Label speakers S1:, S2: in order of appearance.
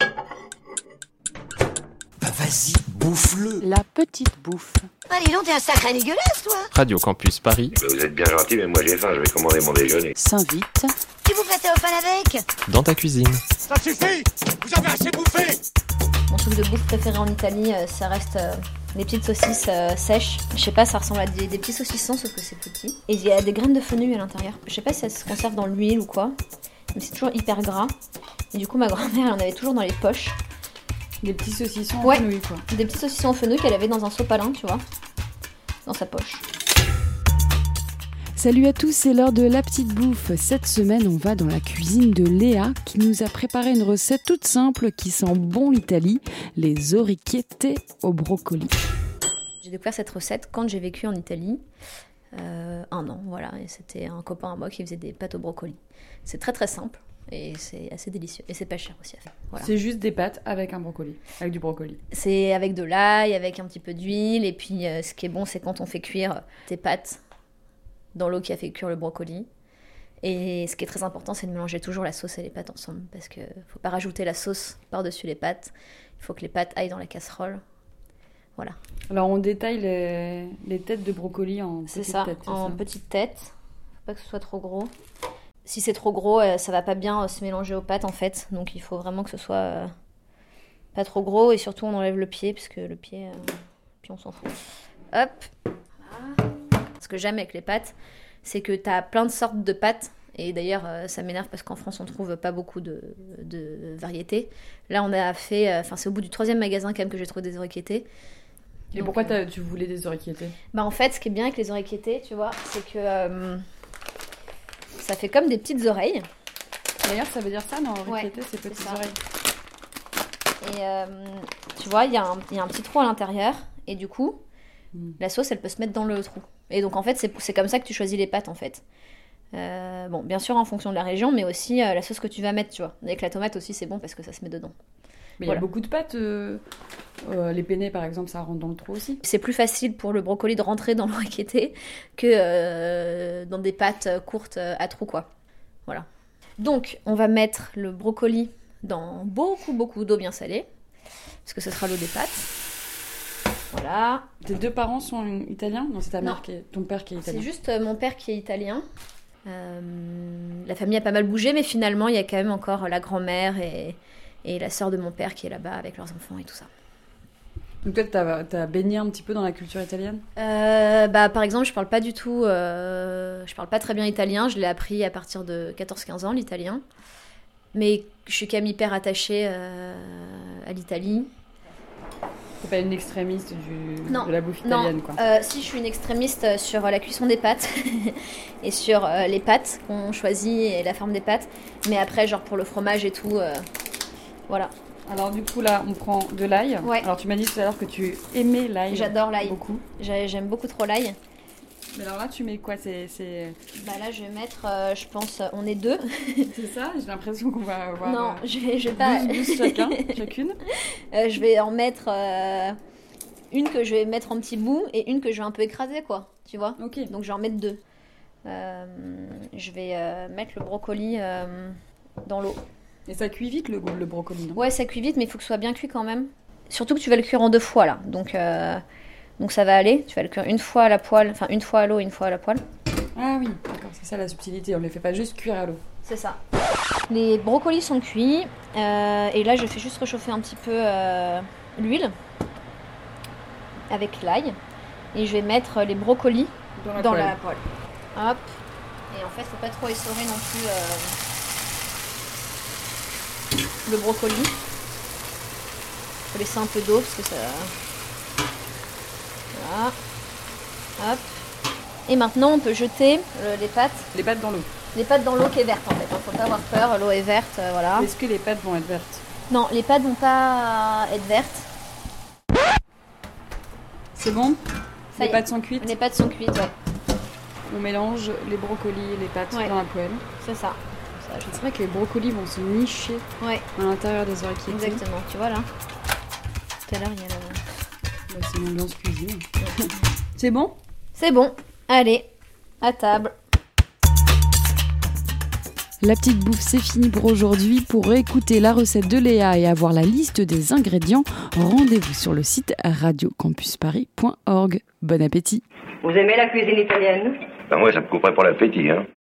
S1: Bah, Vas-y, bouffe-le
S2: La petite bouffe.
S3: Allez, donc, t'es un sacré dégueulasse, toi
S4: Radio Campus Paris,
S5: Ben, Vous êtes bien gentil, mais moi j'ai faim, je vais commander mon déjeuner.
S2: S'invite.
S3: Tu vous prêtez au fan avec
S4: dans ta cuisine.
S6: Ça suffit Vous avez assez bouffé
S7: Mon truc de bouffe préféré en Italie, euh, ça reste euh, des petites saucisses euh, sèches. Je sais pas, ça ressemble à des, des petits saucissons, sauf que c'est petit. Et il y a des graines de fenouil à l'intérieur. Je sais pas si ça se conserve dans l'huile ou quoi, mais c'est toujours hyper gras. Et du coup, ma grand-mère, elle en avait toujours dans les poches.
S8: Des petits saucissons
S7: Ouais.
S8: en fenouil, quoi.
S7: Des petits saucissons au fenouil qu'elle avait dans un sopalin, tu vois, dans sa poche.
S2: Salut à tous, c'est l'heure de la petite bouffe. Cette semaine, on va dans la cuisine de Léa qui nous a préparé une recette toute simple qui sent bon l'Italie, les orecchiette au brocoli.
S7: J'ai découvert cette recette quand j'ai vécu en Italie. Euh, un an, voilà. Et c'était un copain à moi qui faisait des pâtes au brocoli. C'est très très simple et c'est assez délicieux. Et c'est pas cher aussi à faire. Voilà.
S8: C'est juste des pâtes avec un brocoli. Avec du brocoli.
S7: C'est avec de l'ail, avec un petit peu d'huile. Et puis euh, ce qui est bon, c'est quand on fait cuire tes pâtes dans l'eau qui a fait cuire le brocoli. Et ce qui est très important, c'est de mélanger toujours la sauce et les pâtes ensemble. Parce que faut pas rajouter la sauce par-dessus les pâtes. Il faut que les pâtes aillent dans la casserole. Voilà.
S8: Alors on détaille les, les têtes de brocoli en
S7: C'est
S8: petites
S7: ça,
S8: têtes. c'est
S7: en
S8: ça
S7: petite tête. Faut pas que ce soit trop gros. Si c'est trop gros, euh, ça va pas bien euh, se mélanger aux pâtes en fait. Donc il faut vraiment que ce soit euh, pas trop gros et surtout on enlève le pied parce que le pied, euh, puis on s'en fout. Hop. Ce que j'aime avec les pâtes, c'est que t'as plein de sortes de pâtes. Et d'ailleurs, euh, ça m'énerve parce qu'en France, on trouve pas beaucoup de, de variétés. Là, on a fait. euh, Enfin, c'est au bout du troisième magasin quand même que j'ai trouvé des oreillettes.
S8: Et pourquoi
S7: euh,
S8: t'as- tu voulais des oreillettes
S7: Bah en fait, ce qui est bien avec les oreillettes, tu vois, c'est que euh, ça fait comme des petites oreilles.
S8: D'ailleurs, ça veut dire ça, non Oreillettes, c'est
S7: c'est
S8: petites
S7: ça.
S8: oreilles.
S7: Et euh, tu vois, il y, a un- il y a un petit trou à l'intérieur. Et du coup,
S8: Mm.
S7: la sauce, elle peut se mettre dans le trou. Et donc en fait, c'est c'est comme ça que tu choisis les pâtes en fait. Euh, bon, bien sûr en fonction de la région, mais aussi euh, la sauce que tu vas mettre, tu vois. Avec la tomate aussi, c'est bon parce que ça se met dedans.
S8: Mais il y
S7: Voilà.
S8: a beaucoup de pâtes. euh, euh, les penne par exemple, ça rentre dans le trou aussi.
S7: C'est plus facile pour le brocoli de rentrer dans l'oreilleté que euh, dans des pâtes courtes euh, à trous, quoi. Voilà. Donc, on va mettre le brocoli dans beaucoup, beaucoup d'eau bien salée, parce que ce sera l'eau des pâtes. Voilà.
S8: Tes deux parents sont une- italiens Non, c'est ta
S7: Non.
S8: mère qui est- ton père qui est
S7: C'est
S8: italien.
S7: juste euh, mon père qui est italien. Euh, la famille a pas mal bougé, mais finalement, il y a quand même encore la grand-mère et, et la sœur de mon père qui est là-bas avec leurs enfants et tout ça.
S8: Donc toi, t'as t'as baigné un petit peu dans la culture italienne
S7: Euh, bah, par exemple, je parle pas du tout. euh, je parle pas très bien italien. Je l'ai appris à partir de 14-15 ans, l'italien. Mais je suis quand même hyper attachée euh, à l'Italie.
S8: T'es pas une extrémiste du,
S7: Non.
S8: de la bouffe
S7: Non,
S8: italienne, quoi.
S7: euh, si je suis une extrémiste sur la cuisson des pâtes et sur euh, les pâtes qu'on choisit et la forme des pâtes, mais après, genre pour le fromage et tout, euh, voilà.
S8: Alors du coup, là, on prend de l'ail.
S7: Ouais.
S8: Alors tu m'as dit tout à l'heure que tu aimais l'ail.
S7: J'adore l'ail.
S8: Beaucoup.
S7: J'ai- J'aime beaucoup trop l'ail.
S8: Mais alors là, tu mets quoi C'est c'est-
S7: Bah là, je vais mettre, euh, je pense, euh, on est deux.
S8: c'est ça J'ai l'impression qu'on va avoir...
S7: non,
S8: euh,
S7: je vais, je vais pas.
S8: 12, 12 chacun, chacune.
S7: Euh, je vais en mettre euh, une que je vais mettre en petit bout et une que je vais un peu écraser, quoi. Tu vois
S8: Ok.
S7: Donc je vais en mettre deux. Euh, je vais euh, mettre le brocoli euh, dans l'eau.
S8: Et ça cuit vite le, le brocoli, non
S7: Ouais, ça cuit vite, mais il faut que ce soit bien cuit quand même. Surtout que tu vas le cuire en deux fois là. Donc, euh, donc ça va aller. Tu vas le cuire une fois à la poêle, enfin une fois à l'eau, une fois à la poêle.
S8: Ah oui, d'accord, c'est ça la subtilité. On les fait pas juste cuire à l'eau.
S7: C'est ça. Les brocolis sont cuits. euh, et là, je fais juste réchauffer un petit peu euh, l'huile avec l'ail. Et je vais mettre les brocolis
S8: Dans la
S7: dans
S8: poêle.
S7: la poêle. Hop. Et en fait, faut pas trop essorer non plus euh, le brocoli. Faut laisser un peu d'eau parce que ça. Voilà. Hop. Et maintenant, on peut jeter euh, les pâtes,
S8: Les pâtes dans l'eau.
S7: les pâtes dans l'eau qui est verte en fait. hein. Faut pas avoir peur, l'eau est verte, euh, voilà.
S8: Est-ce que les pâtes vont être vertes
S7: Non, les pâtes vont pas être vertes.
S8: C'est bon
S7: Ça y
S8: Les
S7: est.
S8: pâtes sont cuites
S7: Les pâtes sont cuites, ouais.
S8: On mélange les brocolis et les pâtes
S7: Ouais.
S8: dans la poêle.
S7: C'est ça. Ça,
S8: C'est vrai que les brocolis vont se nicher
S7: je- Ouais,
S8: à l'intérieur des oreillettes.
S7: exactement. Tu vois là. Tout à l'heure, il y a la-
S8: Bah, c'est une ambiance cuisine. c'est bon
S7: C'est bon, allez, à table.
S2: La petite bouffe, c'est fini pour aujourd'hui. Pour écouter la recette de Léa et avoir la liste des ingrédients, rendez-vous sur le site radiocampusparis.org. Bon appétit
S1: Vous aimez la cuisine italienne
S5: Ben moi, ça me couperait pour l'appétit, hein.